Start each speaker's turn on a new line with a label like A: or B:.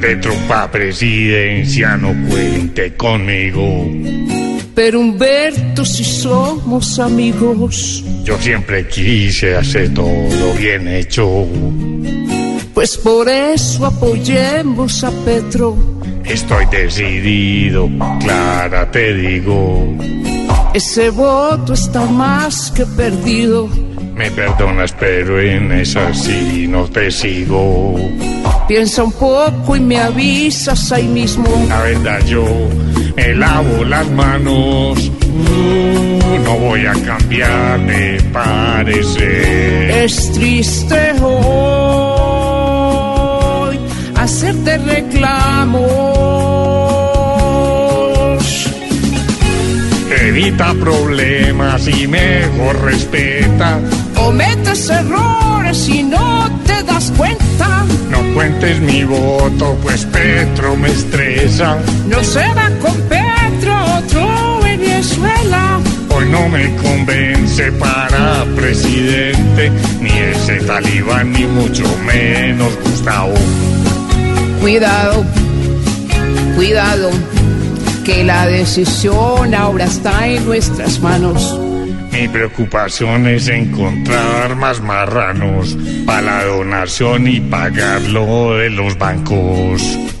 A: Petro pa' presidencia no cuente conmigo.
B: Pero Humberto, si somos amigos,
A: Yo siempre quise hacer todo bien hecho.
B: pues por eso apoyemos a Petro.
A: Estoy decidido, Clara, te digo.
B: Ese voto está más que perdido.
A: Me perdonas, pero en esa sí no te sigo.
B: Piensa un poco y me avisas ahí mismo.
A: La verdad, yo me lavo las manos. Uh, no voy a cambiar de parecer.
B: Es triste hoy hacerte reclamos.
A: Evita problemas y mejor respeta.
B: Cometes errores y no te das cuenta.
A: No cuentes mi voto, pues Petro me estresa.
B: No será con Petro otro Venezuela.
A: Hoy no me convence para presidente, ni ese talibán, ni mucho menos Gustavo.
B: Cuidado, cuidado, que la decisión ahora está en nuestras manos.
A: Mi preocupación es encontrar más marranos para la donación y pagarlo de los bancos.